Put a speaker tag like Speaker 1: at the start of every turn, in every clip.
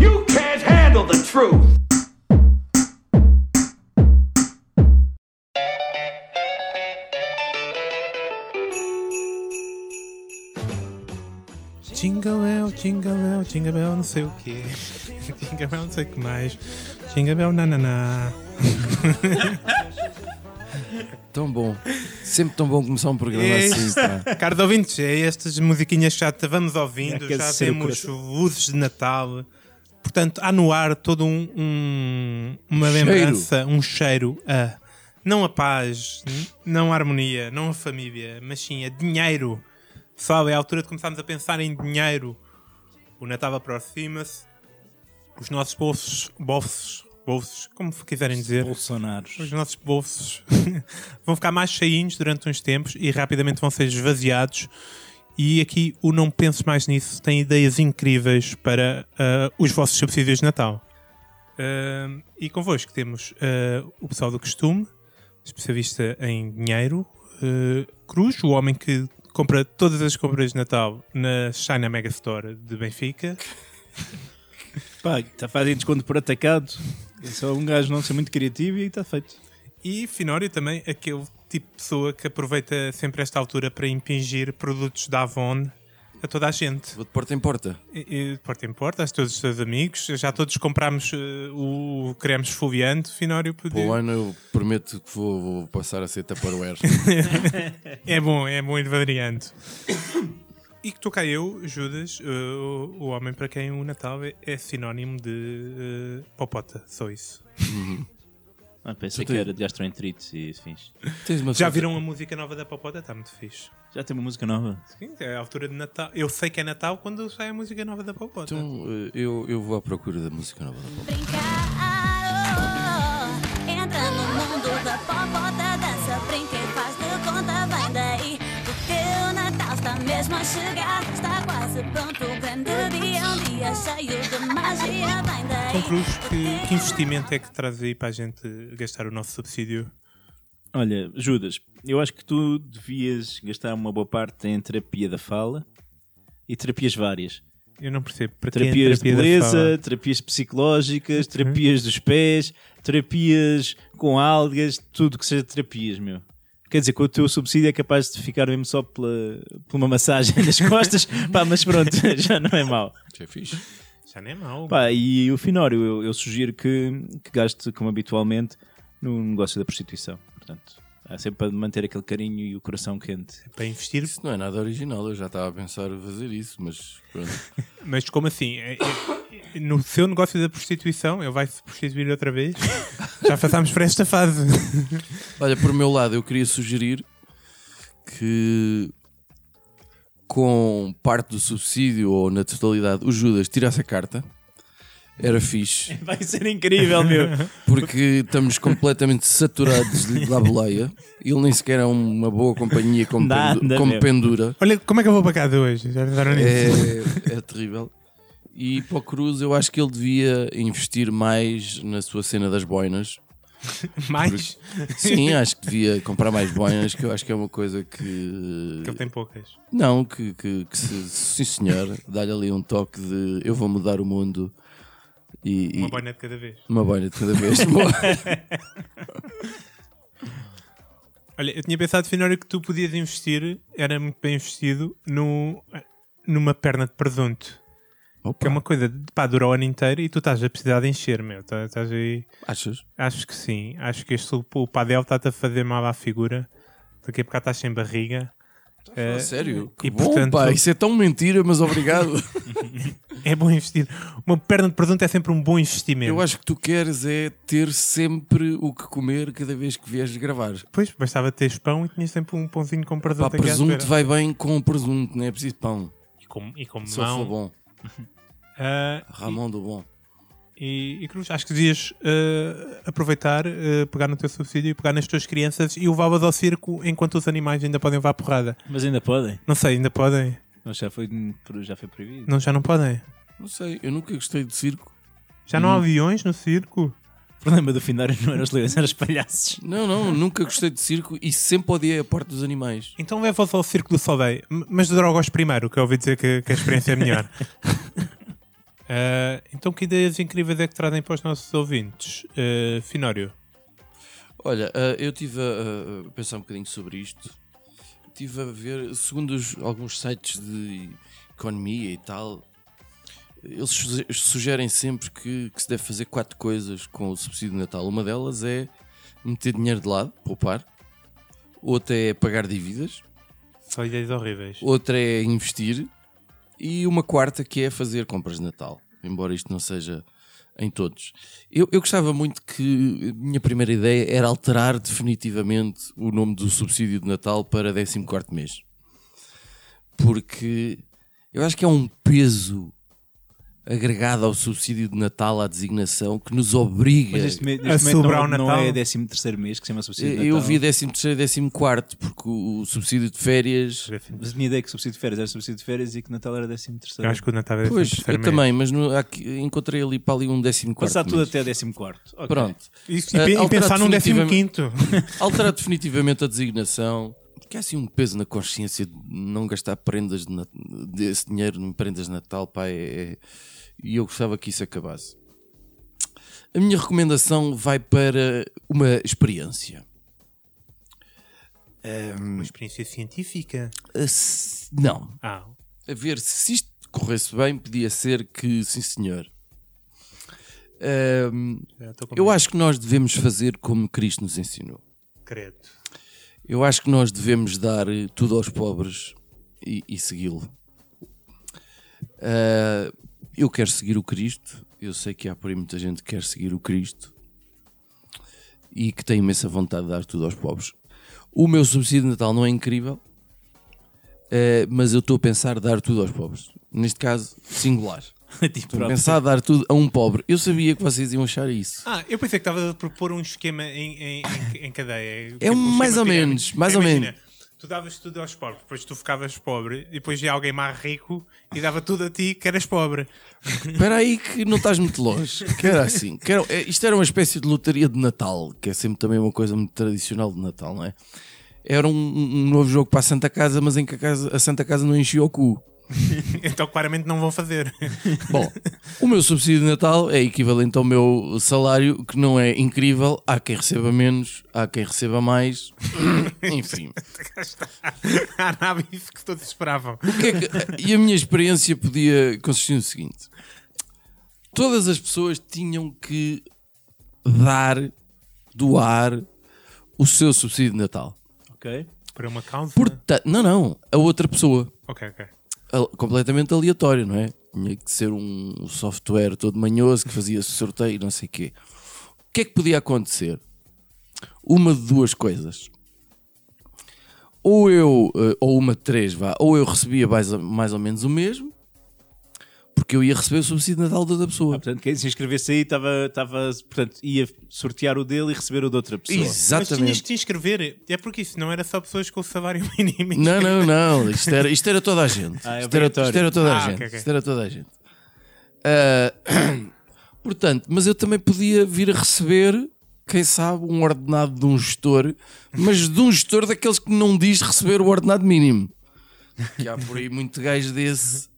Speaker 1: You can't handle the truth.
Speaker 2: Jingle Bell, Jingle Bell, Jingle Bell não sei o que. Jingle Bell não sei o que mais. Jingle Bell nananá.
Speaker 3: Tão bom. Sempre tão bom começar um programa
Speaker 2: Ei.
Speaker 3: assim. pá.
Speaker 2: Caro ouvintes, é estas musiquinhas já vamos ouvindo,
Speaker 4: Aquecer
Speaker 2: já
Speaker 4: o
Speaker 2: temos luzes de Natal. Portanto, há no ar todo um, um- uma
Speaker 3: Cheiro.
Speaker 2: lembrança, um cheiro a não a paz, n- não a harmonia, não a família, mas sim a dinheiro. Pessoal, é a altura de começarmos a pensar em dinheiro. O Natal aproxima-se, os nossos bolsos, bolsos, bolsos, como quiserem dizer,
Speaker 4: Bolsonaros.
Speaker 2: os nossos bolsos vão ficar mais cheinhos durante uns tempos e rapidamente vão ser esvaziados. E aqui o Não Penses Mais Nisso tem ideias incríveis para ah, os vossos subsídios de Natal. Ah, e convosco temos ah, o pessoal do costume, especialista em dinheiro, ah, Cruz, o homem que compra todas as compras de Natal na China Mega Store de Benfica.
Speaker 4: Pá, tá fazem desconto por atacado. É Só um gajo não ser muito criativo e está feito.
Speaker 2: E Finório também, aquele tipo de pessoa que aproveita sempre esta altura para impingir produtos da Avon a toda a gente.
Speaker 3: Vou de porta em porta.
Speaker 2: E, e, de porta em porta, a todos os seus amigos. Já todos comprámos eh, o creme esfoliante. Finório
Speaker 3: Para o
Speaker 2: pediu.
Speaker 3: ano eu prometo que vou, vou passar a ser Tupperware.
Speaker 2: É bom, é bom ir variando. E que toca eu, Judas, eh, o, o homem para quem o Natal é, é sinónimo de eh, popota, só isso.
Speaker 5: Ah, pensei
Speaker 3: Tu
Speaker 5: que
Speaker 3: tens-
Speaker 5: era de gastroenterites e fins.
Speaker 3: Tens uma
Speaker 2: Já
Speaker 3: sorte-
Speaker 2: viram a música nova da popota? Está muito fixe.
Speaker 5: Já tem uma música nova.
Speaker 2: Sim, é a altura de Natal. Eu sei que é Natal quando sai a música nova da popota.
Speaker 3: Então eh, eu, eu vou à procura da música nova. da Pop.
Speaker 6: Brincar, oh, entra no mundo da popota, dança, brinca e faz de conta, vai daí. O teu Natal está mesmo a chegar, está quase pronto o grande dia, um dia cheio de magia, vai daí.
Speaker 2: Tom Cruz, que, que investimento é que traz aí para a gente gastar o nosso subsídio?
Speaker 5: Olha, Judas, eu acho que tu devias gastar uma boa parte em terapia da fala e terapias várias.
Speaker 2: Eu não percebo. Para quem é
Speaker 5: Terapias
Speaker 2: terapia
Speaker 5: de
Speaker 2: da
Speaker 5: beleza,
Speaker 2: fala? Uhum.
Speaker 5: terapias psicológicas, terapias dos pés, terapias com algas, tudo que seja terapias, meu. Quer dizer, que o teu subsídio é capaz de ficar mesmo só pela, por uma massagem nas costas, pá, mas pronto, já não é mau.
Speaker 3: Já é fixe.
Speaker 2: Já nem é mau.
Speaker 5: Pá, e o Finório, eu, eu sugiro que, que gaste, como habitualmente, no negócio da prostituição. Portanto, há sempre para manter aquele carinho e o coração quente.
Speaker 2: Para investir.
Speaker 3: Isso não é nada original, eu já estava a pensar em fazer isso, mas pronto.
Speaker 2: Mas como assim? É- é- No seu negócio da prostituição, ele vai se prostituir outra vez? Já passámos para esta fase.
Speaker 3: Olha, por meu lado, eu queria sugerir que com parte do subsídio ou na totalidade o Judas tirasse a carta. Era fixe.
Speaker 5: Vai ser incrível, meu.
Speaker 3: porque estamos completamente saturados de laboleia. Ele nem sequer é uma boa companhia como,
Speaker 5: Nada,
Speaker 3: pendu- como
Speaker 5: meu.
Speaker 3: pendura.
Speaker 2: Olha, como é que eu vou para casa hoje? Já pensaram nisso?
Speaker 3: É, é terrível. E para o Cruz, eu acho que ele devia investir mais na sua cena das boinas.
Speaker 5: É.
Speaker 2: Mais?
Speaker 3: Sim, acho que devia comprar mais boinas, que eu acho que é uma coisa que.
Speaker 2: Que ele tem poucas.
Speaker 3: Não, que, que, que se, sim senhor, dá-lhe ali um toque de eu vou mudar o mundo. E, e-
Speaker 2: Uma boina de cada vez.
Speaker 3: uma boina de cada vez. Boa.
Speaker 2: Olha, eu tinha pensado, Finório, que tu podias investir, era muito bem investido, no, numa perna de presunto.
Speaker 3: Opa,
Speaker 2: Que é uma coisa, de- pá, dura o ano inteiro e tu estás a precisar de encher, meu. Tá- Estás aí...
Speaker 3: Achas?
Speaker 2: Acho que sim. Acho que este, o, o Padel está-te a fazer mal à figura. Daqui a bocado estás sem barriga.
Speaker 3: Ah,
Speaker 2: Eh,
Speaker 3: sério? Que
Speaker 2: e,
Speaker 3: bom,
Speaker 2: portanto-
Speaker 3: pá, isso é tão mentira, mas obrigado.
Speaker 2: É bom investir. Uma perna de presunto é sempre um bom investimento.
Speaker 3: Eu acho que tu queres é ter sempre o que comer cada vez que vieres gravar.
Speaker 2: Pois, bastava teres pão e tinhas sempre um pãozinho com
Speaker 3: Pá,
Speaker 2: presunto aqui à
Speaker 3: presunto
Speaker 2: espera.
Speaker 3: vai bem com presunto, não é preciso pão.
Speaker 2: E com, e com
Speaker 3: Só for
Speaker 2: mão.
Speaker 3: bom.
Speaker 2: Ah,
Speaker 3: Ramon do bom.
Speaker 2: e, e Cruz, acho que devias ah, aproveitar, ah, pegar no teu subsídio e pegar nas tuas crianças e levá-las ao circo enquanto os animais ainda podem levar porrada.
Speaker 5: Mas ainda podem.
Speaker 2: Não sei, ainda podem?
Speaker 5: Mas já foi, já foi proibido.
Speaker 2: Não, já não podem.
Speaker 3: Não sei, eu nunca gostei de circo.
Speaker 2: Já não há aviões no circo?
Speaker 5: O problema do Finório não eram os leões, eram os palhaços.
Speaker 3: Não, não, nunca gostei de circo e sempre odiei a parte dos animais.
Speaker 2: Então leva-os ao circo do Soleil. M- Mas de Drogos primeiro, que eu ouvi dizer que, que a experiência é melhor. Ah, então que ideias incríveis é que trazem para os nossos ouvintes? Ah, Finório.
Speaker 3: Olha, ah, eu estive a, a pensar um bocadinho sobre isto. Estive a ver, segundo os- alguns sites de economia e tal, eles suge- sugerem sempre que, que se deve fazer quatro coisas com o subsídio de Natal. Uma delas é meter dinheiro de lado, poupar. Outra é pagar dívidas.
Speaker 2: Só ideias horríveis.
Speaker 3: Outra é investir. E uma quarta que é fazer compras de Natal. Embora isto não seja em todos. Eu, eu gostava muito que. a Minha primeira ideia era alterar definitivamente o nome do subsídio de Natal para 14 mês. Porque eu acho que é um peso agregado ao subsídio de Natal, à designação, que nos obriga.
Speaker 5: Mas este, me- este
Speaker 2: A
Speaker 5: momento
Speaker 2: celebrar o
Speaker 5: não, não
Speaker 2: Natal.
Speaker 5: é 13 mês que se chama subsídio de
Speaker 3: é. Eu
Speaker 5: Natal.
Speaker 3: vi 13 terceiro e 14 porque o, o subsídio de férias.
Speaker 5: Mas a minha ideia é que subsídio de férias era subsídio de férias e que Natal era 13
Speaker 2: Eu acho que o Natal é
Speaker 3: Pois,
Speaker 2: sempre
Speaker 3: eu também, mas no- há aqui- encontrei ali para ali um 14
Speaker 5: Passar tudo
Speaker 3: mês.
Speaker 5: até 14 quarto. Ok.
Speaker 3: Pronto.
Speaker 2: Isso,
Speaker 3: Ah,
Speaker 2: e, pe- e
Speaker 3: alterar
Speaker 2: pensar num décimo
Speaker 3: definitivamente-
Speaker 2: quinto.
Speaker 3: Alterar definitivamente a designação. Porque há assim um peso na consciência de não gastar prendas de Nat- desse dinheiro em prendas de Natal, pá, é- é- e eu gostava que isso acabasse. A minha recomendação vai para uma experiência.
Speaker 2: Uma experiência científica.
Speaker 3: A se- Não,
Speaker 2: Ah,
Speaker 3: a ver se isto corresse bem, podia ser que sim, senhor. Ahm,
Speaker 2: já estou com
Speaker 3: eu
Speaker 2: medo.
Speaker 3: acho que nós devemos fazer como Cristo nos ensinou.
Speaker 2: Credo.
Speaker 3: Eu acho que nós devemos dar eh, tudo aos pobres e, e segui-lo. Ah, eu quero seguir o Cristo. Eu sei que há por aí muita gente que quer seguir o Cristo e que tem imensa vontade de dar tudo aos pobres. O meu subsídio de Natal não é incrível, eh, mas eu estou a pensar dar tudo aos pobres. Neste caso, singular.
Speaker 5: tipo,
Speaker 3: Estou a
Speaker 5: pronto.
Speaker 3: pensar dar tudo a um pobre. Eu sabia que vocês iam achar isso.
Speaker 2: Ah, eu pensei que estava a propor um esquema em, em, em- em cadeia. Tipo,
Speaker 3: É um mais
Speaker 2: esquema
Speaker 3: ou
Speaker 2: pirâmide.
Speaker 3: menos, mais ou
Speaker 2: Imagina,
Speaker 3: menos.
Speaker 2: Tu davas tudo aos pobres, depois tu ficavas pobre, e depois ia alguém mais rico e dava tudo a ti que eras pobre.
Speaker 3: Espera aí que não estás muito longe. Que era assim. Que era- é, isto era uma espécie de lotaria de Natal, que é sempre também uma coisa muito tradicional de Natal, não é? Era um, um novo jogo para a Santa Casa, mas em que a, casa- a Santa Casa não enchia o cu.
Speaker 2: Então claramente não vão fazer.
Speaker 3: Bom, o meu subsídio de Natal é equivalente ao meu salário, que não é incrível. Há quem receba menos, há quem receba mais. Enfim.
Speaker 2: Ah, não, isso que todos esperavam.
Speaker 3: O que é que- e a minha experiência podia consistir no seguinte: todas as pessoas tinham que dar, doar o seu subsídio de Natal.
Speaker 5: Ok.
Speaker 2: Para uma causa?
Speaker 3: Portanto, não, não, a outra pessoa.
Speaker 2: Ok, ok.
Speaker 3: Al- completamente aleatório, não é? Tinha que ser um software todo manhoso que fazia sorteio e não sei o quê. O que é que podia acontecer? Uma de duas coisas. Ou eu, eh, ou uma de três, vá, ou eu recebia mais, ou- mais ou menos o mesmo, porque eu ia receber o subsídio de Natal da outra pessoa.
Speaker 5: Ah, Portanto, quem se inscrevesse aí estava, estava, portanto, ia sortear o dele e receber o de outra pessoa.
Speaker 2: Mas tinhas
Speaker 3: Exatamente.
Speaker 2: de te inscrever, é porque isso não era só pessoas com salário mínimo.
Speaker 3: Não, não, não. Isto era, isto era toda a gente.
Speaker 5: Ah, é
Speaker 3: isto, era,
Speaker 5: obrigatório.
Speaker 3: isto era toda a
Speaker 2: Ah,
Speaker 3: gente.
Speaker 2: ok, ok.
Speaker 3: Isto era toda a gente. Ah, portanto, mas eu também podia vir a receber, quem sabe, um ordenado de um gestor, mas de um gestor daqueles que não diz receber o ordenado mínimo. Que há por aí muito gajo desse.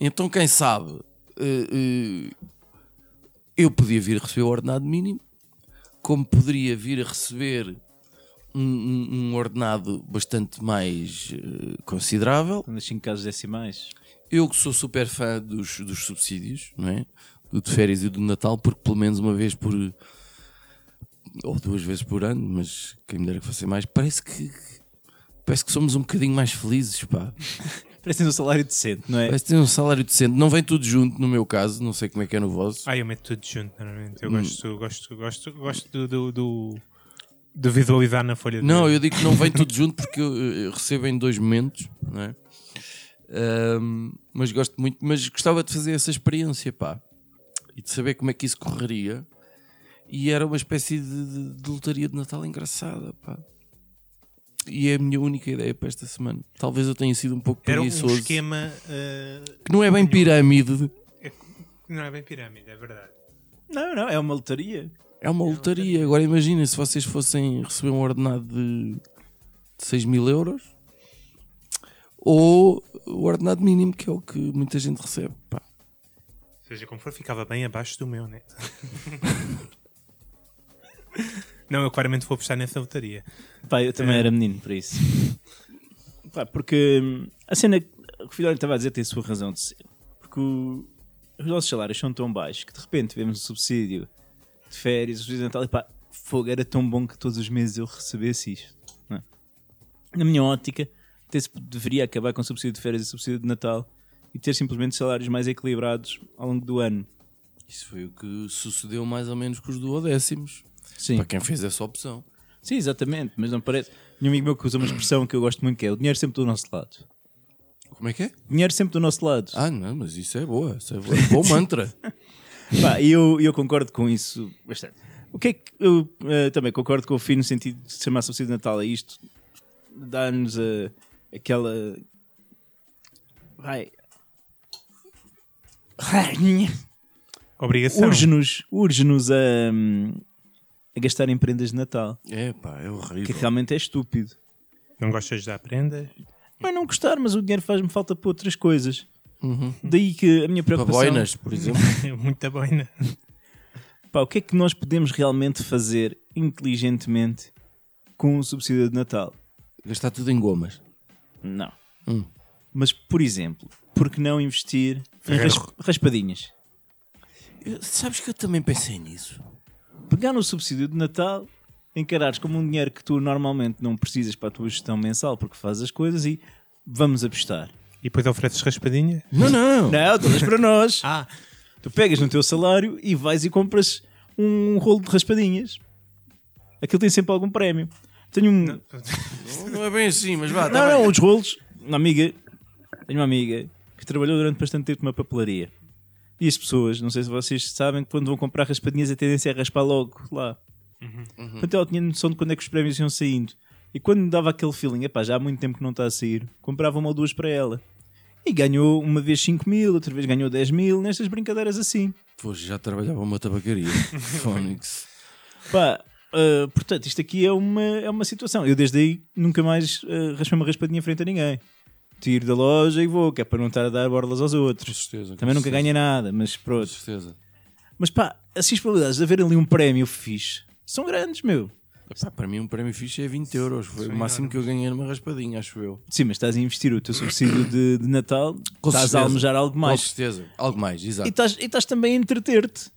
Speaker 3: Então, quem sabe, eh, eh, eu podia vir a receber o ordenado mínimo, como poderia vir a receber um, um- um ordenado bastante mais eh, considerável.
Speaker 5: Nas 5 casas decimais.
Speaker 3: Eu que sou super fã dos, dos subsídios, não é? Do de férias e do Natal, porque pelo menos uma vez por. ou duas vezes por ano, mas quem me dera que fosse mais, parece que. parece que somos um bocadinho mais felizes, pá.
Speaker 5: Parece um salário decente, não é?
Speaker 3: Parece que tem um salário decente. Não vem tudo junto, no meu caso, não sei como é que é no vosso.
Speaker 2: Ah, eu meto tudo junto, normalmente.
Speaker 3: Hum.
Speaker 2: Eu gosto, gosto, gosto, gosto do, do, do- de visualizar na folha de-
Speaker 3: Não, eu digo que não vem tudo junto porque eu, eu recebo em dois momentos, não é? Ahm, mas gosto muito, mas gostava de fazer essa experiência, pá, e de saber como é que isso correria. E era uma espécie de, de, de lotaria de Natal engraçada, pá. E é a minha única ideia para esta semana. Talvez eu tenha sido um pouco
Speaker 2: Era um
Speaker 3: preguiçoso.
Speaker 2: esquema. eh,
Speaker 3: Que não é bem pirâmide,
Speaker 2: Não é bem pirâmide, é verdade.
Speaker 4: Não, não, é uma lotaria.
Speaker 3: É uma lotaria. Agora imagina se vocês fossem receber um ordenado de, de 6 mil euros ou o ordenado mínimo, que é o que muita gente recebe. Pá.
Speaker 2: Seja como for, ficava bem abaixo do meu, né? Não, eu claramente vou apostar nessa lotaria.
Speaker 5: Pá, eu também era menino para isso.
Speaker 4: Pá, porque hum, a cena que o Fidel estava a dizer tem a sua razão de ser. Porque o- os nossos salários são tão baixos que de repente vemos um subsídio de férias, subsídio de Natal e pá, fogo, era tão bom que todos os meses eu recebesse isto. não é? Na minha ótica, até se deveria acabar com o subsídio de férias e subsídio de Natal e ter simplesmente salários mais equilibrados ao longo do ano.
Speaker 3: Isso foi o que sucedeu mais ou menos com os duodécimos.
Speaker 4: Sim.
Speaker 3: Para quem fez essa opção.
Speaker 4: Sim, exatamente, mas não parece. Tinha um amigo meu que usa uma expressão que eu gosto muito que é o dinheiro sempre do nosso lado.
Speaker 3: Como é que é?
Speaker 4: Dinheiro sempre do nosso lado.
Speaker 3: Ah, não, mas isso é boa. Isso é boa. Bom mantra.
Speaker 4: Pá, e eu, eu concordo com isso bastante. O que é que eu eh, também concordo com o fim no sentido de se chamar subsídio de Natal a isto, dá-nos eh, aquela. Vai.
Speaker 2: Obrigação.
Speaker 4: Urge-nos urge -nos a, hum, a gastar em prendas de Natal,
Speaker 3: É pá, é
Speaker 4: que
Speaker 3: horrível.
Speaker 4: realmente é estúpido.
Speaker 2: Não gostas de aprender?
Speaker 4: Vai não gostar, mas o dinheiro faz-me falta para outras coisas. Daí que a minha
Speaker 3: Uhum. Para
Speaker 4: preocupação.
Speaker 3: boinas, por exemplo.
Speaker 2: Muita boina.
Speaker 4: Pá, o que é que nós podemos realmente fazer inteligentemente com o subsídio de Natal?
Speaker 3: Gastar tudo em gomas.
Speaker 4: Não.
Speaker 3: Hum.
Speaker 4: Mas, por exemplo, por que não investir em
Speaker 2: Ferreiro.
Speaker 4: ras- raspadinhas?
Speaker 3: Eu- sabes que eu também pensei nisso.
Speaker 4: Pegar no subsídio de Natal, encarares como um dinheiro que tu normalmente não precisas para a tua gestão mensal porque fazes as coisas e vamos apostar.
Speaker 2: E depois ofereces raspadinha?
Speaker 3: Não, não.
Speaker 4: Não, todas para nós.
Speaker 2: Ah,
Speaker 4: Tu pegas no teu salário e vais e compras um rolo de raspadinhas. Aquilo tem sempre algum prémio. Tenho um. Não,
Speaker 3: Não, não é bem assim, mas vá. tá
Speaker 4: não,
Speaker 3: bem.
Speaker 4: os rolos. Uma amiga. Tenho uma amiga que trabalhou durante bastante tempo numa papelaria. E as pessoas, não sei se vocês sabem, que quando vão comprar raspadinhas a tendência é raspar logo lá.
Speaker 3: Uhum.
Speaker 4: Portanto, ela tinha noção de quando é que os prémios iam saindo. E quando me dava aquele feeling, epá, já há muito tempo que não está a sair, comprava uma ou duas para ela. E ganhou uma vez 5 mil, outra vez ganhou 10 mil, nestas brincadeiras assim.
Speaker 3: Pois já trabalhava uma tabacaria. Fónix.
Speaker 4: Pá, ah, portanto, isto aqui é uma, é uma situação. Eu desde aí nunca mais ah, raspei uma raspadinha em frente a ninguém. Tiro da loja e vou, que é para não estar a dar borlas aos
Speaker 3: Com
Speaker 4: outros.
Speaker 3: certeza.
Speaker 4: Também
Speaker 3: com
Speaker 4: nunca
Speaker 3: certeza,
Speaker 4: ganhei nada, mas
Speaker 3: Com
Speaker 4: pronto.
Speaker 3: certeza.
Speaker 4: Mas pá, assim as probabilidades de haver ali um prémio fixe são grandes, meu.
Speaker 3: Epá, para mim um prémio fixe é 20 euros. Foi o máximo que eu ganhei numa raspadinha, acho eu.
Speaker 4: Sim, mas estás a investir o teu subsídio de, de Natal,
Speaker 3: Com
Speaker 4: estás
Speaker 3: certeza.
Speaker 4: a almejar algo mais. Então,
Speaker 3: Com certeza. Algo mais,
Speaker 4: E
Speaker 3: exato.
Speaker 4: estás, e estás também a entreter-te.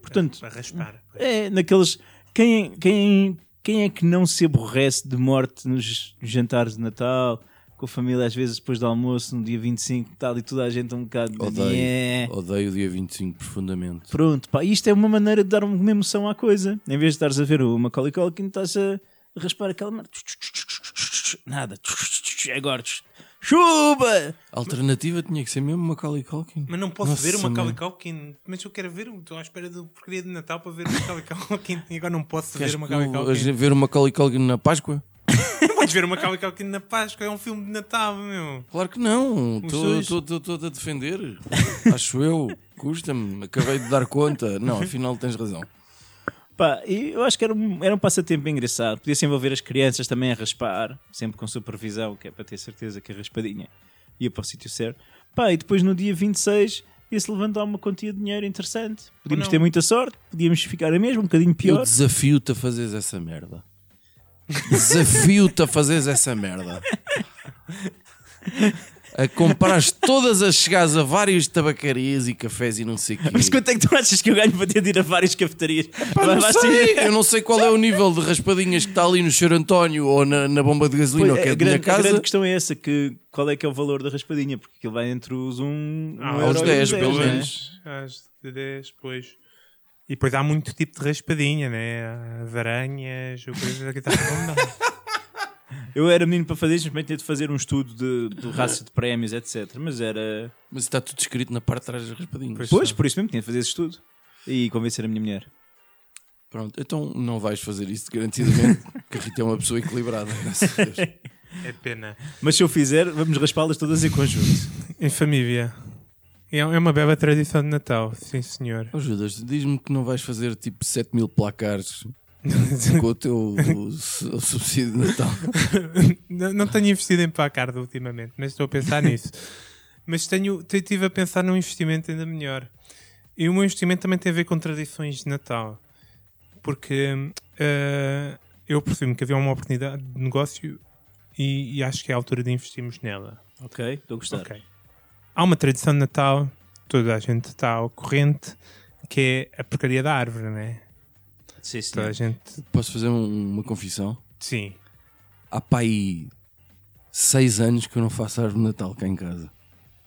Speaker 4: Portanto,
Speaker 2: para raspar.
Speaker 4: é naqueles. Quem, quem, quem é que não se aborrece de morte nos jantares de Natal, com a família, às vezes depois do almoço, no dia 25 e tal, e toda a gente um bocado. de
Speaker 3: Odeio.
Speaker 4: "Nhé".
Speaker 3: Odeio o dia 25 profundamente.
Speaker 4: Pronto, pá, isto é uma maneira de dar uma emoção à coisa. Em vez de estares a ver o Macaulay Culkin, estás a raspar aquela merda. Nada. É Agora. Chuba!
Speaker 3: A alternativa tinha que ser mesmo Macaulay Culkin.
Speaker 2: Mas não posso
Speaker 3: Nossa,
Speaker 2: ver o Macaulay
Speaker 3: meu.
Speaker 2: Culkin. Mas eu quero ver, estou à espera do porcaria de Natal para ver o Macaulay Culkin. E agora não posso
Speaker 3: Queres
Speaker 2: ver o Macaulay
Speaker 3: que eu-
Speaker 2: Culkin.
Speaker 3: hoje ver o Macaulay Culkin na Páscoa?
Speaker 2: Não podes ver o Macaulay Culkin na Páscoa, é um filme de Natal, meu.
Speaker 3: Claro que não.
Speaker 2: dois.
Speaker 3: Estou a defender. acho eu. Custa-me. Acabei de dar conta. Não, afinal tens razão.
Speaker 4: Pá, e eu acho que era um, era um passatempo engraçado. Podia-se envolver as crianças também a raspar, sempre com supervisão, que é para ter certeza que a raspadinha ia para o sítio certo. Pá, e depois no dia 26 ia-se levantar uma quantia de dinheiro interessante. Podíamos
Speaker 2: não.
Speaker 4: ter muita sorte, podíamos ficar a mesma, um bocadinho
Speaker 3: Eu
Speaker 4: pior.
Speaker 3: desafio-te a fazeres essa merda. Desafio-te a fazeres essa merda. A comprares todas as chegadas a várias tabacarias e cafés e não sei o quê.
Speaker 4: Mas quanto é que tu achas que eu ganho para ter de ir a várias cafetarias?
Speaker 3: Pá,
Speaker 4: Vai-
Speaker 3: não
Speaker 4: vai
Speaker 3: sei.
Speaker 4: ser-
Speaker 3: Eu não sei qual é o nível de raspadinhas que está ali no Cheiro António ou na, na bomba de gasolina ou
Speaker 4: Pois,
Speaker 3: que é
Speaker 4: a,
Speaker 3: da minha
Speaker 4: grande, a
Speaker 3: casa.
Speaker 4: grande questão é essa: que qual é que é o valor da raspadinha? Porque aquilo vai entre os 1 um,
Speaker 2: Ah,
Speaker 4: um
Speaker 2: aos
Speaker 4: euro e
Speaker 3: 10,
Speaker 4: os 10,
Speaker 3: pelo
Speaker 4: né?
Speaker 3: menos.
Speaker 2: Às de 10, pois. E depois há muito tipo de raspadinha, né? As aranhas, o coisa que está a
Speaker 4: Eu era menino para fazer, simplesmente tinha de fazer um estudo de, do rácio de prémios, etc. Mas era.
Speaker 3: Mas está tudo escrito na parte de trás das raspadinhas.
Speaker 4: Pois, por isso mesmo tinha de fazer esse estudo. E convencer a minha mulher.
Speaker 3: Pronto, então não vais fazer isso garantidamente, porque a Rita é uma pessoa equilibrada. graças a Deus.
Speaker 2: É pena.
Speaker 4: Mas se eu fizer, vamos raspá-las todas em conjunto.
Speaker 2: Em família. É é uma bela tradição de Natal, sim senhor.
Speaker 3: Ó Judas, diz-me que não vais fazer tipo 7 mil placares com o teu o su- o subsídio de Natal.
Speaker 2: Não não tenho investido em placardo ultimamente, mas estou a pensar nisso. Mas tenho, te- tive a pensar num investimento ainda melhor. E o meu investimento também tem a ver com tradições de Natal. Porque eh, eu percebi-me que havia uma oportunidade de negócio e, e acho que é a altura de investirmos nela.
Speaker 4: Ok, estou a gostar.
Speaker 2: Ok. Há uma tradição de Natal, toda a gente está ao corrente, que é a porcaria da árvore, né?
Speaker 4: Sim,
Speaker 2: Toda a
Speaker 4: senhor.
Speaker 2: gente.
Speaker 3: Posso fazer um- uma confissão?
Speaker 2: Sim.
Speaker 3: Há pá aí 6 anos que eu não faço árvore de Natal cá em casa.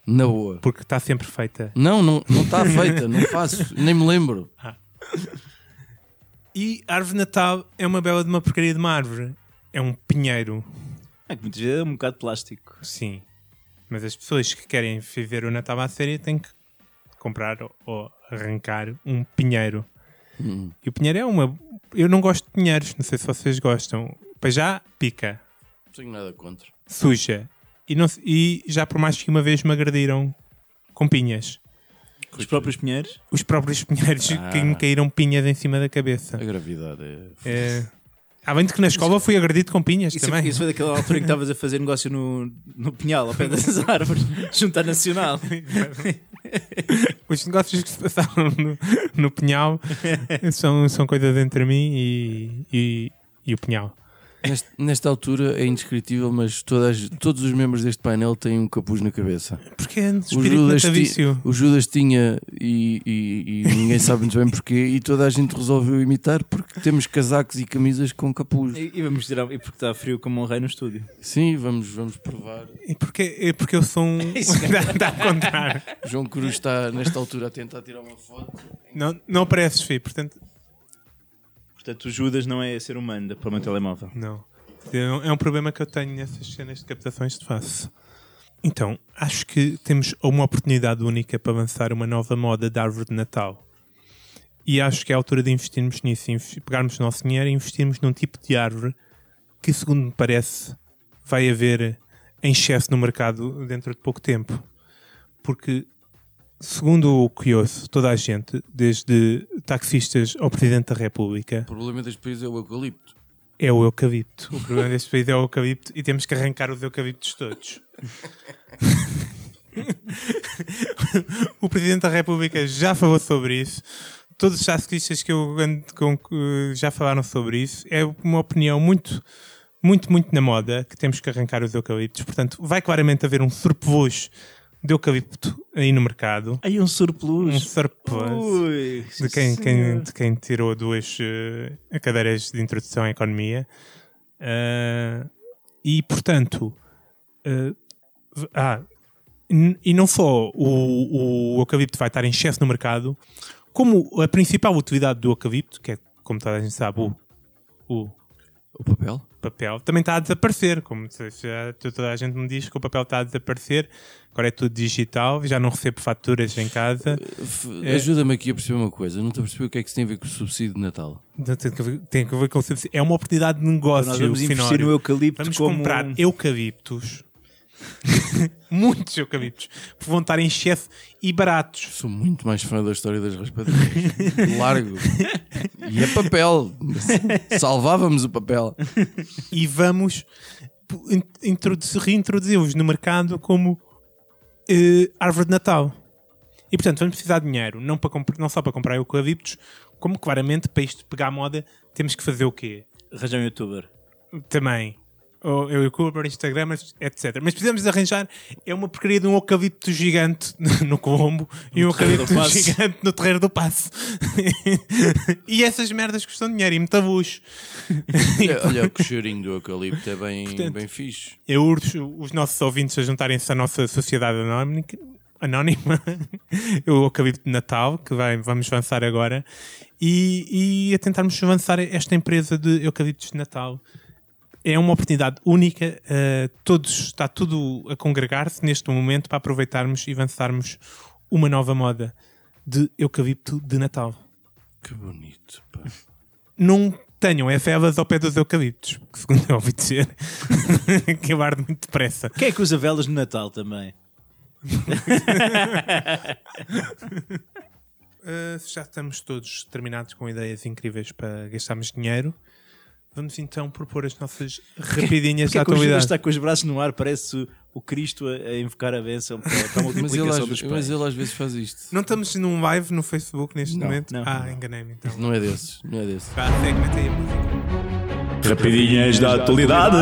Speaker 3: Na boa.
Speaker 2: Porque está sempre feita.
Speaker 3: Não, não está feita, não faço, nem me lembro.
Speaker 2: E a árvore de Natal é uma bela de uma porcaria de uma árvore. É um pinheiro,
Speaker 4: É que muitas vezes é um bocado plástico.
Speaker 2: sim. Mas as pessoas que querem viver o Natal à série têm que comprar ou- ou arrancar um pinheiro.
Speaker 4: Hum.
Speaker 2: E o pinheiro é uma. Eu não gosto de pinheiros, não sei se vocês gostam. Para já, pica,
Speaker 3: Não tenho nada contra.
Speaker 2: suja. E, não se- e já por mais que uma vez me agrediram com pinhas.
Speaker 4: Os próprios pinheiros.
Speaker 2: Os próprios pinheiros
Speaker 4: Ah.
Speaker 2: que me caíram pinhas em cima da cabeça.
Speaker 3: A gravidade é.
Speaker 2: É... Além de que na escola fui agredido com pinhas
Speaker 4: Isso,
Speaker 2: também.
Speaker 4: isso foi daquela altura em que estavas a fazer negócio no, no Pinhal, ao pé das árvores, juntar nacional.
Speaker 2: Os negócios que se passaram no, no Pinhal são, são coisas entre mim e, e, e o Pinhal.
Speaker 3: Neste- nesta altura é indescritível, mas todas, todos os membros deste painel têm um capuz na cabeça.
Speaker 2: Porque é um
Speaker 3: O
Speaker 2: espírito
Speaker 3: Judas, ti,
Speaker 2: natalício.
Speaker 3: o Judas tinha e, e- e ninguém sabe muito bem porquê, e toda a gente resolveu imitar porque temos casacos e camisas com capuz.
Speaker 4: E, e vamos tirar, e porque está frio como um rei no estúdio.
Speaker 3: Sim, vamos, vamos provar.
Speaker 2: E porque, é porque eu sou um. Dá a contar.
Speaker 3: João Cruz está nesta altura a tentar tirar uma foto.
Speaker 2: Não, não apareces, filho, portanto,
Speaker 4: Portanto, o Judas não é ser humano, dá para o meu telemóvel.
Speaker 2: não. É um- É um problema que eu tenho nessas cenas de captações de face. Então, acho que temos uma oportunidade única para lançar uma nova moda da árvore de Natal. E acho que é a altura de investirmos nisso, inves- pegarmos o nosso dinheiro e investirmos num tipo de árvore que, segundo me parece, vai haver em excesso no mercado dentro de pouco tempo. Porque, segundo o que ouço, toda a gente, desde taxistas ao Presidente da República,
Speaker 3: O problema deste país é o eucalipto.
Speaker 2: é o eucalipto. O problema deste país é o eucalipto e temos que arrancar os eucaliptos todos. o Presidente da República já falou sobre isso. Todos os taxistas que eu ando com que já falaram sobre isso. É uma opinião muito, muito, muito na moda que temos que arrancar os eucaliptos. Portanto, vai claramente haver um surplus de eucalipto aí no mercado.
Speaker 4: Aí um
Speaker 2: Um
Speaker 4: surplus.
Speaker 2: surplus
Speaker 4: Ui,
Speaker 2: de quem,
Speaker 4: sim,
Speaker 2: quem-
Speaker 4: senhor.
Speaker 2: de quem tirou duas eh, cadeiras de introdução à economia. Ah, e, portanto, eh, v- ah, n- e não só o, o eucalipto vai estar em excesso no mercado, como a principal utilidade do eucalipto, que é, como toda a gente sabe, o, o
Speaker 3: O papel?
Speaker 2: papel, também está a desaparecer. Como se- se já toda a gente me diz que o papel está a desaparecer, agora é tudo digital, já não recebo faturas em casa.
Speaker 3: F-
Speaker 2: É.
Speaker 3: Ajuda-me aqui a perceber uma coisa. Não estou a perceber o que é que isso tem a ver com o subsídio de Natal.
Speaker 2: Não, Então, Tem que, ver, tem que ver com o subsídio. É uma oportunidade de negócio.
Speaker 4: Nós vamos
Speaker 2: Finório.
Speaker 4: investir no eucalipto
Speaker 2: Vamos
Speaker 4: como...
Speaker 2: comprar eucaliptos. Muitos eucaliptos. Porque vão estar em excesso e baratos.
Speaker 3: Sou muito mais fã da história das raspadinhas. Largo. E é papel. Salvávamos o papel.
Speaker 2: E vamos in- introduzir- reintroduzi-los no mercado como eh, árvore de Natal. E portanto vamos precisar de dinheiro. Não, para comprar- não só para comprar eucaliptos, como claramente para isto pegar moda, temos que fazer o quê?
Speaker 4: Arranjar um youtuber.
Speaker 2: também. Ou eu e o Cooper, Instagram, etc. Mas precisamos de arranjar é uma porcaria de um eucalipto gigante no Colombo e um
Speaker 4: Terreiro do
Speaker 2: eucalipto
Speaker 4: Paço.
Speaker 2: gigante no Terreiro do Passo. e essas merdas custam dinheiro e muita luz.
Speaker 3: Olha, olha o cheirinho do eucalipto. É bem, bem fixe.
Speaker 2: Eu urjo os nossos ouvintes a juntarem-se à nossa sociedade anónica- anónima, o Eucalipto de Natal, que vai- vamos lançar agora, e, e a tentarmos lançar esta empresa de Eucaliptos de Natal. É uma oportunidade única, eh, todos, está tudo a congregar-se neste momento para aproveitarmos e lançarmos uma nova moda de Eucalipto de Natal.
Speaker 3: Que bonito. Pá.
Speaker 2: Não tenham é velas ao pé dos eucaliptos, que segundo eu ouvi dizer, que eu arde muito depressa.
Speaker 4: Quem é que usa velas no Natal também?
Speaker 2: Uh, já estamos todos terminados com ideias incríveis para gastarmos dinheiro. Vamos então propor as nossas rapidinhas
Speaker 4: Porque
Speaker 2: da
Speaker 4: é que o Judas
Speaker 2: atualidade.
Speaker 4: está com os braços no ar, parece o- o Cristo a, a invocar a bênção para, para a
Speaker 3: Mas ele,
Speaker 4: multiplicação
Speaker 3: às,
Speaker 4: dos
Speaker 3: mas
Speaker 4: pães.
Speaker 3: ele às vezes faz isto.
Speaker 2: Não estamos num live no Facebook neste
Speaker 3: Não,
Speaker 2: momento?
Speaker 4: não,
Speaker 2: ah,
Speaker 4: não.
Speaker 2: enganei-me então.
Speaker 3: Não é desses, não é desses.
Speaker 2: Vá, segmenta aí a música.
Speaker 5: Rapidinhas da atualidade.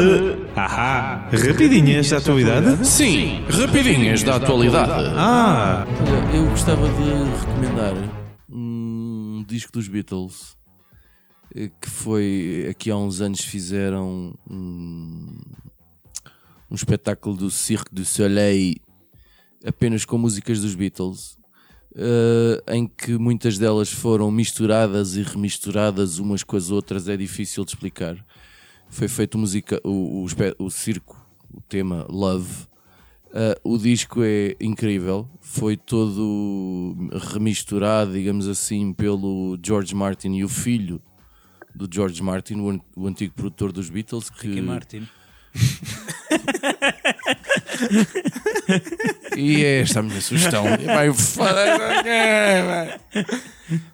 Speaker 2: Ahá! Rapidinhas da atualidade?
Speaker 3: Sim, rapidinhas da atualidade.
Speaker 2: Ah!
Speaker 3: Olha, eu gostava de recomendar um disco dos Beatles eh, que foi aqui há uns anos fizeram um, um espetáculo do Cirque du Soleil apenas com músicas dos Beatles. eh, em que muitas delas foram misturadas e remisturadas umas com as outras, é difícil de explicar. Foi feito música, o, o, espe- o circo, o tema Love, Uh, o disco é incrível, foi todo remisturado, digamos assim, pelo George Martin e o filho do George Martin, o, an- o antigo produtor dos Beatles, que
Speaker 4: Ricky Martin.
Speaker 3: e é esta a minha sugestão. Vai, vai.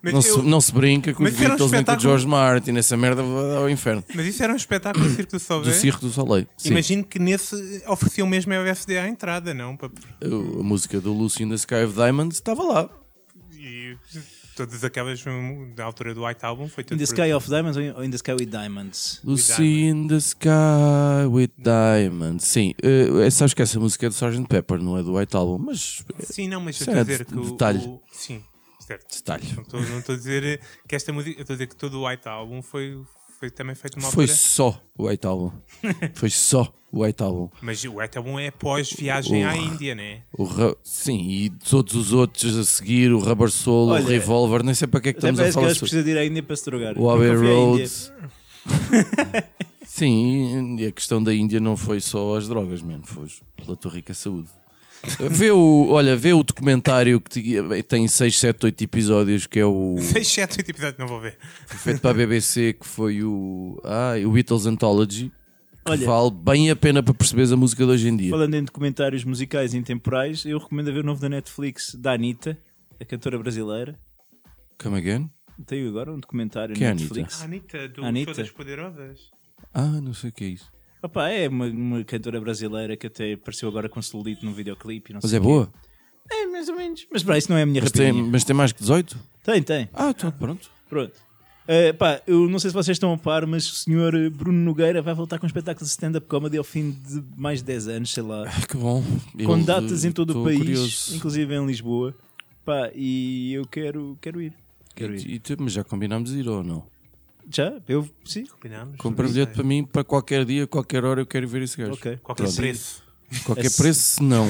Speaker 2: Mas,
Speaker 3: não,
Speaker 2: eu-
Speaker 3: se, não se brinca com
Speaker 2: Mas
Speaker 3: os
Speaker 2: que era um
Speaker 3: Beatles nem com o
Speaker 2: espetáculo-
Speaker 3: George Martin, essa merda vai ao inferno.
Speaker 2: mas isso era um espetáculo do Circo do
Speaker 3: Do
Speaker 2: Soleil?
Speaker 3: Circo do Soleil. Sim.
Speaker 2: Imagino que nesse ofereciam mesmo é a LSD à entrada, não? Para-
Speaker 3: Eu- A música do Lucy in the Sky of Diamonds estava lá.
Speaker 2: E todas aquelas hum, da altura do White Album foi tudo.
Speaker 4: In the
Speaker 2: por-
Speaker 4: Sky of Diamonds ou in- ou In the Sky with Diamonds?
Speaker 3: Lucy in the Sky with Diamonds. Sim, eh, sabes que essa música é do Sgt. Pepper, não é do White Album, mas eh,
Speaker 2: Sim, não, mas eu
Speaker 3: Isso
Speaker 2: estou a
Speaker 3: é
Speaker 2: dizer
Speaker 3: de-
Speaker 2: que o-
Speaker 3: detalhe.
Speaker 2: o. Sim, certo.
Speaker 3: detalhe.
Speaker 2: Não estou- Não estou a dizer que esta música. eu Estou a dizer que todo o White Album foi, foi também feito uma
Speaker 3: Foi
Speaker 2: altura.
Speaker 3: só o White Album. Foi só o White Album.
Speaker 2: Mas o White Album é pós-viagem à
Speaker 3: Urra.
Speaker 2: Índia, né?
Speaker 3: O ra- Sim, e todos os outros a seguir, o Rubber Soul,
Speaker 4: Olha,
Speaker 3: o Revolver, nem sei para que é que
Speaker 4: Até
Speaker 3: estamos a
Speaker 4: parece que
Speaker 3: falar
Speaker 4: eles
Speaker 3: sobre.
Speaker 4: precisam de ir à Índia para se drogar.
Speaker 3: O Abbey
Speaker 4: Nunca fui à
Speaker 3: Roads.
Speaker 4: Índia.
Speaker 3: Sim, e a questão da Índia não foi só as drogas, mano, foi pela tua rica saúde. Vê o, olha, vê o documentário que te- tem 6, 7, 8 episódios que é o
Speaker 2: 6, 7, 8 episódios, não vou ver.
Speaker 3: feito para a BBC que foi o, ah, o Beatles Anthology que
Speaker 4: Olha.
Speaker 3: vale bem a pena para perceberes a música de hoje em dia.
Speaker 4: Falando em documentários musicais intemporais, eu recomendo a ver o novo da Netflix da Anitta, a cantora brasileira.
Speaker 3: Come again?
Speaker 4: Tem agora um documentário
Speaker 3: Quem é
Speaker 4: na
Speaker 3: a
Speaker 4: Netflix.
Speaker 2: Anitta, do
Speaker 4: Anitta.
Speaker 2: Todas Poderosas.
Speaker 3: Ah, não sei o que é isso.
Speaker 4: Opa, é uma, uma cantora brasileira que até apareceu agora com celulite num videoclipe. e Não
Speaker 3: Mas
Speaker 4: sei
Speaker 3: é
Speaker 4: o quê.
Speaker 3: boa.
Speaker 4: É, mais ou menos. Mas para isso não é a minha
Speaker 3: Mas tem,
Speaker 4: rapidinha.
Speaker 3: mas tem mais que 18?
Speaker 4: Tem, tem.
Speaker 3: Ah, então pronto.
Speaker 4: Pronto. Eh, pá, eu não sei se vocês estão a par, mas o senhor eh, Bruno Nogueira vai voltar com um espetáculo de stand-up comedy ao fim de mais de 10 anos, sei lá.
Speaker 3: Ah, que bom.
Speaker 4: com
Speaker 3: Eu-
Speaker 4: datas em todo o
Speaker 3: tô
Speaker 4: país,
Speaker 3: curioso.
Speaker 4: inclusive em Lisboa. Pá, e eu quero, quero ir. Quero ir.
Speaker 3: E tu- mas já combinámos ir ou não?
Speaker 4: Já? Eu, sim?
Speaker 2: Combinámos?
Speaker 3: Compra bilhete para mim para qualquer dia, qualquer hora eu quero ver esse gajo.
Speaker 4: Ok.
Speaker 2: é. Qualquer
Speaker 3: Pronto.
Speaker 2: preço.
Speaker 3: Qualquer
Speaker 4: Esse-
Speaker 3: preço, não.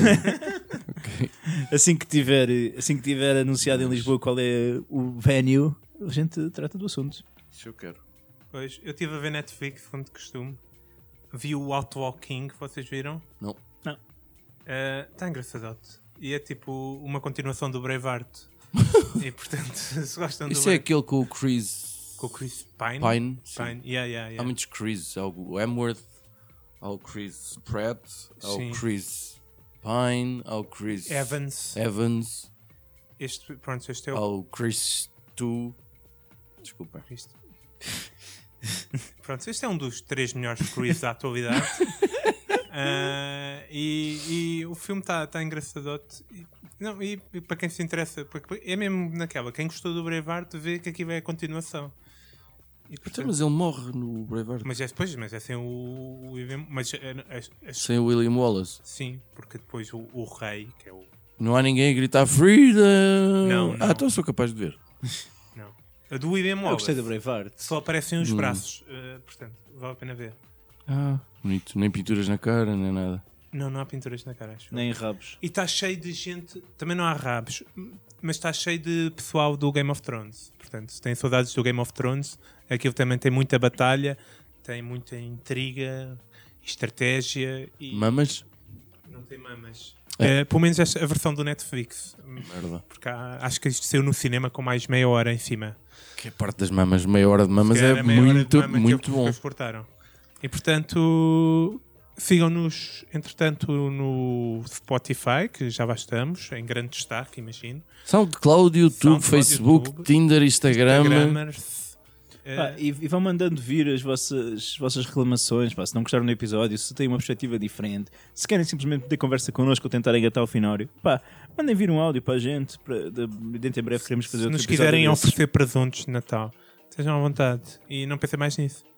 Speaker 4: Assim que tiver, eh, assim que tiver anunciado em Lisboa qual é o venue, a gente trata do assunto.
Speaker 3: Isso eu quero.
Speaker 2: Pois, eu estive a ver Netflix, como de costume. Vi o Outlaw King, vocês viram?
Speaker 3: Não.
Speaker 2: Está engraçadote. E é tipo uma continuação do Braveheart. e portanto, se gostam do
Speaker 3: Isso é
Speaker 2: Brave-
Speaker 3: aquele com o Chris.
Speaker 2: com o Chris Pine.
Speaker 3: Pine, sim.
Speaker 2: Pine. Yeah, yeah,
Speaker 3: Há
Speaker 2: yeah.
Speaker 3: muitos Chris. Há o Hemworth, há o Chris Pratt, há
Speaker 2: Sim.
Speaker 3: o Chris Pine, há o Chris
Speaker 2: Evans.
Speaker 3: É. Evans,
Speaker 2: Este, pronto, este é
Speaker 3: há
Speaker 2: o
Speaker 3: o Chris Tu. Desculpa.
Speaker 2: Isto. Pronto, este é um dos três melhores Chris da atualidade. Ah, e, e o filme está tá engraçadote. E- Não, e, e para quem se interessa, porque é mesmo naquela. Quem gostou do Braveheart vê que aqui vai a continuação. E,
Speaker 3: Então,
Speaker 2: portanto, mas...
Speaker 3: mas ele morre no Braveheart
Speaker 2: é depois, mas é sem o, o William. Mas, é- é- é-
Speaker 3: sem o William Wallace.
Speaker 2: sim, porque depois o, o rei, que é o.
Speaker 3: Não há ninguém a gritar Freedom!
Speaker 2: Não, não.
Speaker 3: Ah, então sou capaz de ver.
Speaker 2: Não. A do William
Speaker 4: Eu gostei da
Speaker 2: Wallace.
Speaker 4: Braveheart.
Speaker 2: Só aparecem os braços. ah, portanto, vale a pena ver.
Speaker 3: Ah, bonito. Nem pinturas na cara, nem nada.
Speaker 2: Não, não há pinturas na cara, acho.
Speaker 4: Nem rabos.
Speaker 2: E está cheio de gente, também não há rabos, mas está cheio de pessoal do Game of Thrones. Portanto, se têm saudades do Game of Thrones, aquilo também tem muita batalha, tem muita intriga, estratégia e
Speaker 3: Mamas?
Speaker 2: não tem mamas. É, pelo menos esta- a versão do Netflix.
Speaker 3: Merda.
Speaker 2: Porque há- acho que isto saiu no cinema com mais meia hora em cima.
Speaker 3: Que a parte das mamas, meia hora de mamas
Speaker 2: Se calhar
Speaker 3: é
Speaker 2: a meia hora de
Speaker 3: muito,
Speaker 2: mama que
Speaker 3: muito
Speaker 2: eles- que
Speaker 3: bom.
Speaker 2: eles cortaram. E portanto, Sigam-nos, entretanto, no Spotify, que já lá estamos, em grande destaque, imagino.
Speaker 3: SoundCloud, YouTube,
Speaker 2: SoundCloud,
Speaker 3: Facebook,
Speaker 2: YouTube,
Speaker 3: Tinder, Instagram.
Speaker 2: Instagramers. eh,
Speaker 4: Pá, e, e vão mandando vir as vossas, vossas reclamações, pá, se não gostaram do episódio, se têm uma perspectiva diferente, se querem simplesmente ter conversa connosco ou tentar engatar o final, pá, mandem vir um áudio para a gente, para, de, dentro em breve queremos fazer
Speaker 2: se
Speaker 4: outro
Speaker 2: nos
Speaker 4: episódio
Speaker 2: quiserem
Speaker 4: desses.
Speaker 2: oferecer presuntos de Natal, sejam à vontade. E não pensem mais nisso.